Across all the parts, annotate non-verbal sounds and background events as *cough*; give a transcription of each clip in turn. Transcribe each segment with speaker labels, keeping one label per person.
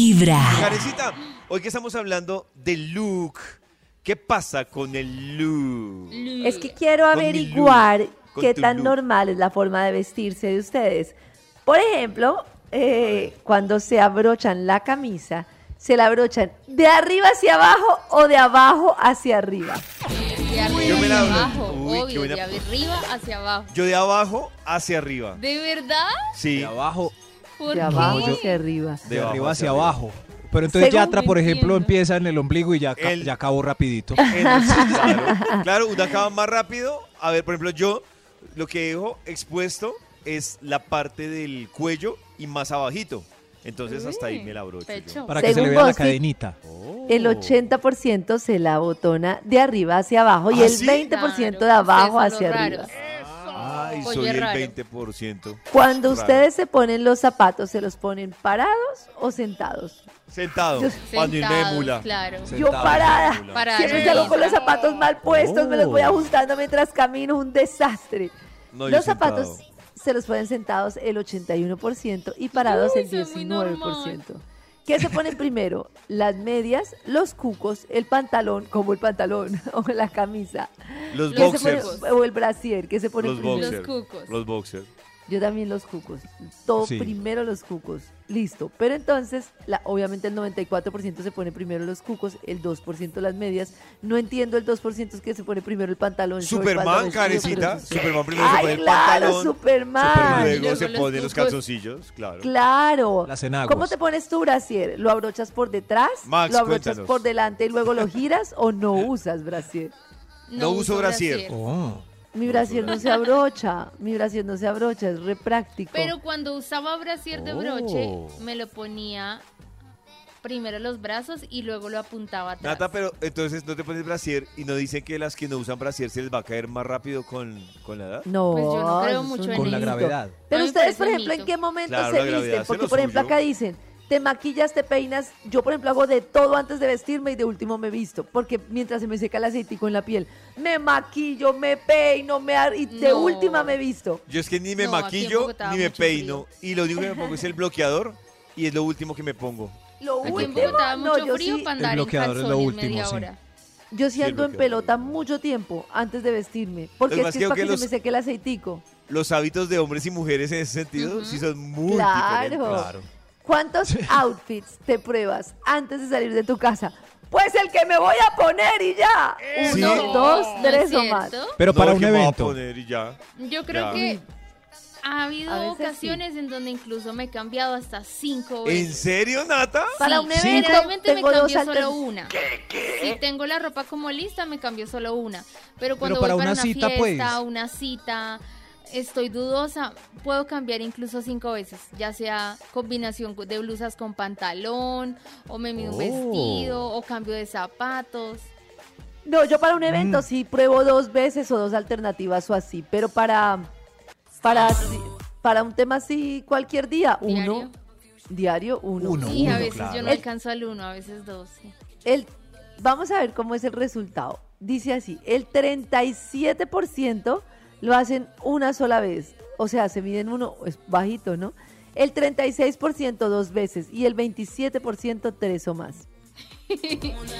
Speaker 1: vibra.
Speaker 2: Karencita, hoy que estamos hablando de look, ¿qué pasa con el look?
Speaker 3: Es que quiero
Speaker 2: Con mi
Speaker 3: averiguar
Speaker 2: look, con
Speaker 3: qué
Speaker 2: tu
Speaker 3: tan
Speaker 2: look.
Speaker 3: normal es la forma de vestirse de ustedes. Por ejemplo, eh, cuando se abrochan la camisa, ¿se la abrochan de arriba hacia abajo o de abajo hacia arriba?
Speaker 4: De arriba
Speaker 2: Yo me la
Speaker 4: hacia
Speaker 2: hablo.
Speaker 4: abajo,
Speaker 2: Uy, qué
Speaker 4: obvio,
Speaker 2: buena-
Speaker 4: de arriba hacia abajo.
Speaker 2: Yo de abajo hacia arriba.
Speaker 4: ¿De verdad?
Speaker 2: Sí,
Speaker 5: De abajo,
Speaker 4: ¿Por
Speaker 3: De
Speaker 4: qué?
Speaker 3: abajo hacia arriba.
Speaker 5: de arriba
Speaker 2: abajo
Speaker 5: hacia abajo. Pero entonces
Speaker 3: Según-
Speaker 5: Yatra, por ejemplo,
Speaker 4: Entiendo.
Speaker 5: empieza en el ombligo y ya, ca-
Speaker 2: El-
Speaker 5: ya acabó rapidito.
Speaker 3: *laughs*
Speaker 2: En- sí, claro, claro, una acaba más rápido. A ver, por ejemplo, yo lo que dejo expuesto es la parte del cuello y más abajito. Entonces hasta ahí me la brocho. yo.
Speaker 4: Pecho.
Speaker 5: Para que se
Speaker 3: Según
Speaker 5: le vea la
Speaker 3: Gossip-
Speaker 5: cadenita.
Speaker 2: Oh.
Speaker 3: El 80% se la botona de arriba hacia abajo y
Speaker 2: ¿Ah,
Speaker 3: el
Speaker 2: sí?
Speaker 3: 20% de
Speaker 4: Claro,
Speaker 3: abajo
Speaker 4: ustedes son
Speaker 3: hacia
Speaker 4: los
Speaker 3: arriba.
Speaker 4: raros.
Speaker 2: Ay,
Speaker 4: Oye,
Speaker 2: soy el
Speaker 4: raro.
Speaker 2: 20%.
Speaker 3: Cuando
Speaker 2: Raro.
Speaker 3: ustedes se ponen los zapatos, ¿se los ponen parados o sentados?
Speaker 2: Sentado,
Speaker 3: Yo-
Speaker 2: cuando en
Speaker 4: Sentados,
Speaker 2: médula.
Speaker 4: claro.
Speaker 3: Yo parada.
Speaker 4: Para
Speaker 3: Siempre salgo con los zapatos mal puestos, me los voy
Speaker 5: Oh.
Speaker 3: ajustando mientras camino, un desastre.
Speaker 2: No, yo
Speaker 3: los zapatos
Speaker 2: sentado.
Speaker 3: se los ponen sentados el 81% y parados
Speaker 4: Uy,
Speaker 3: el
Speaker 4: eso es muy
Speaker 3: 19%. ¿Qué se ponen primero? Las medias, los cucos, el pantalón, como el pantalón *laughs* o la camisa.
Speaker 2: Los
Speaker 3: ¿Qué se
Speaker 2: boxers.
Speaker 3: pone- o el brasier, ¿qué se pone
Speaker 2: Los
Speaker 3: primero?
Speaker 2: boxers.
Speaker 4: cucos.
Speaker 2: Los boxers.
Speaker 3: Yo también los cucos. Todo
Speaker 5: Sí.
Speaker 3: primero los cucos. Listo. Pero entonces, la, obviamente el 94% se pone primero los cucos, el 2% las medias. No entiendo el 2% es que se pone primero el pantalón. yo el
Speaker 2: Superman,
Speaker 3: pantalón, yo el
Speaker 2: carecita.
Speaker 3: pantalón.
Speaker 2: Superman primero se pone
Speaker 3: Ay,
Speaker 2: el
Speaker 3: claro,
Speaker 2: pantalón.
Speaker 3: Superman.
Speaker 2: Superman. Luego
Speaker 4: Luego
Speaker 2: se
Speaker 4: los
Speaker 2: pone los
Speaker 4: cucos.
Speaker 2: calzoncillos, claro.
Speaker 3: Claro.
Speaker 5: Las enaguas.
Speaker 3: ¿Cómo te pones tú, brasier? ¿Lo abrochas por detrás?
Speaker 2: Max,
Speaker 3: ¿Lo abrochas
Speaker 2: cuéntanos.
Speaker 3: por delante y luego lo giras o
Speaker 2: *laughs*
Speaker 3: no usas brasier?
Speaker 2: No uso brasier.
Speaker 5: Oh.
Speaker 3: Mi brasier no se abrocha. Mi brasier no se abrocha, es re práctico.
Speaker 4: Pero cuando usaba brasier de broche,
Speaker 5: Oh.
Speaker 4: me lo ponía primero los brazos y luego lo apuntaba atrás.
Speaker 2: Nata, pero entonces no te pones brasier y no dicen que las que no usan brasier se les va a caer más rápido con, con la edad.
Speaker 3: No,
Speaker 4: Pues yo no creo
Speaker 3: eso es
Speaker 4: mucho
Speaker 3: un
Speaker 4: en Con
Speaker 5: la
Speaker 3: mito.
Speaker 5: gravedad.
Speaker 4: A
Speaker 3: Pero
Speaker 4: mí me
Speaker 3: ustedes,
Speaker 4: parece
Speaker 3: por
Speaker 4: un
Speaker 3: ejemplo, ¿en
Speaker 4: mito.
Speaker 3: qué momento
Speaker 2: Claro, la
Speaker 3: se
Speaker 2: gravedad
Speaker 3: visten?
Speaker 2: hace
Speaker 3: Porque,
Speaker 2: lo
Speaker 3: por ejemplo,
Speaker 2: suyo.
Speaker 3: acá dicen, te maquillas, te peinas. Yo, por ejemplo, hago de todo antes de vestirme y de último me visto. Porque mientras se me seca el aceitico en la piel, me maquillo, me peino, me ar- y de
Speaker 4: No.
Speaker 3: última me visto.
Speaker 2: Yo es que ni me
Speaker 4: No, aquí en
Speaker 2: maquillo
Speaker 4: Bogotá
Speaker 2: ni me
Speaker 4: mucho
Speaker 2: peino. Y lo único que me pongo es el bloqueador y es lo último que me pongo.
Speaker 3: Lo
Speaker 4: Aquí en
Speaker 3: último,
Speaker 4: Bogotá
Speaker 3: no,
Speaker 4: mucho
Speaker 3: yo
Speaker 4: frío
Speaker 3: sí,
Speaker 4: para
Speaker 5: El
Speaker 4: andar en
Speaker 5: bloqueador es lo
Speaker 4: calzones
Speaker 5: último,
Speaker 4: media
Speaker 5: sí.
Speaker 4: hora.
Speaker 3: yo sí
Speaker 2: Sí, el
Speaker 3: ando en
Speaker 2: bloqueador.
Speaker 3: pelota mucho tiempo antes de vestirme. Porque
Speaker 2: Lo
Speaker 3: es
Speaker 2: más
Speaker 3: que
Speaker 2: que
Speaker 3: es
Speaker 2: yo
Speaker 3: para
Speaker 2: que
Speaker 3: que
Speaker 2: los-
Speaker 3: se me seque el aceitico.
Speaker 2: Los hábitos de hombres y mujeres en ese sentido sí son muy
Speaker 3: Claro.
Speaker 2: diferentes.
Speaker 3: Claro. ¿Cuántos outfits te pruebas antes de salir de tu casa? Pues el que me voy a poner y ya. Uno,
Speaker 2: Sí.
Speaker 3: dos,
Speaker 4: Eh, ¿No es
Speaker 3: tres o más.
Speaker 4: cierto?
Speaker 5: Pero
Speaker 2: No,
Speaker 5: para
Speaker 2: el
Speaker 5: un
Speaker 2: que me voy a
Speaker 5: evento.
Speaker 2: poner y ya.
Speaker 4: Yo creo
Speaker 2: Ya.
Speaker 4: que ha habido
Speaker 3: A veces sí.
Speaker 4: ocasiones en donde incluso me he cambiado hasta cinco
Speaker 2: ¿En
Speaker 4: veces.
Speaker 2: serio, Nata?
Speaker 3: Para un evento
Speaker 4: Generalmente me
Speaker 3: tengo dos
Speaker 4: cambio
Speaker 3: altern-
Speaker 4: solo una. Si tengo la ropa como lista, me cambio solo una. Pero cuando
Speaker 5: para
Speaker 4: voy para
Speaker 5: una
Speaker 4: una,
Speaker 5: cita,
Speaker 4: fiesta,
Speaker 5: pues.
Speaker 4: una cita, estoy dudosa, puedo cambiar incluso cinco veces, ya sea combinación de blusas con pantalón, o me mido un
Speaker 5: Oh.
Speaker 4: vestido, o cambio de zapatos.
Speaker 3: No, yo para un evento sí pruebo dos veces o dos alternativas o así, pero para para para un tema así cualquier día, uno
Speaker 4: Diario.
Speaker 3: diario, uno.
Speaker 5: Uno.
Speaker 4: y a veces yo
Speaker 5: claro.
Speaker 4: no alcanzo al uno, a veces dos. sí.
Speaker 3: El vamos a ver cómo es el resultado. Dice así, el 37% lo hacen una sola vez, o sea, se miden uno es bajito, ¿no? El 36% dos veces y el 27% tres o
Speaker 4: *laughs*
Speaker 3: más.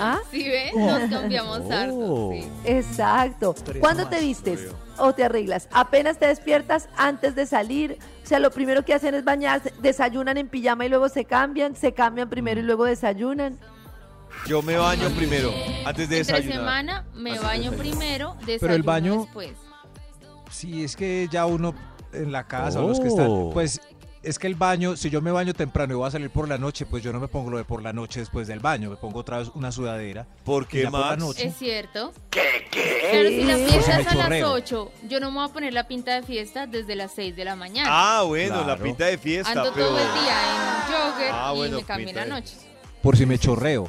Speaker 3: ¿Ah?
Speaker 4: ¿Sí ves?
Speaker 5: Oh.
Speaker 4: Nos cambiamos harto, sí.
Speaker 3: Exacto.
Speaker 5: Tres
Speaker 3: ¿Cuándo
Speaker 5: nomás,
Speaker 3: te vistes o te arreglas? Apenas te despiertas antes de salir. O sea, lo primero que hacen es bañarse, desayunan en pijama y luego se cambian, se cambian primero y luego desayunan.
Speaker 2: Yo me baño primero, antes de
Speaker 4: Entre
Speaker 2: desayunar.
Speaker 4: semana me
Speaker 2: Antes de
Speaker 4: baño
Speaker 2: desayunar.
Speaker 4: primero, desayuno
Speaker 5: Pero el baño-
Speaker 4: después.
Speaker 5: Sí, es que ya uno en la casa, o los que están,
Speaker 6: Oh.
Speaker 5: pues es que el baño, si yo me baño temprano y voy a salir por la noche, pues yo no me pongo lo de por la noche después del baño, me pongo otra vez una sudadera.
Speaker 2: ¿Por
Speaker 5: Y
Speaker 2: qué
Speaker 5: ya por la
Speaker 2: más?
Speaker 5: noche.
Speaker 4: Es cierto. Claro, si la
Speaker 3: Sí.
Speaker 4: fiesta es
Speaker 5: Pues me
Speaker 4: a las
Speaker 5: chorreo.
Speaker 4: 8, yo no me voy a poner la pinta de fiesta desde las 6 de la mañana.
Speaker 2: Ah, bueno, la
Speaker 5: Claro.
Speaker 2: pinta de fiesta.
Speaker 4: Ando
Speaker 2: pero...
Speaker 4: todo el día en jogger
Speaker 2: Ah,
Speaker 4: y
Speaker 2: bueno,
Speaker 4: me cambio en la
Speaker 2: pinta de-
Speaker 4: noche.
Speaker 5: Por si me chorreo.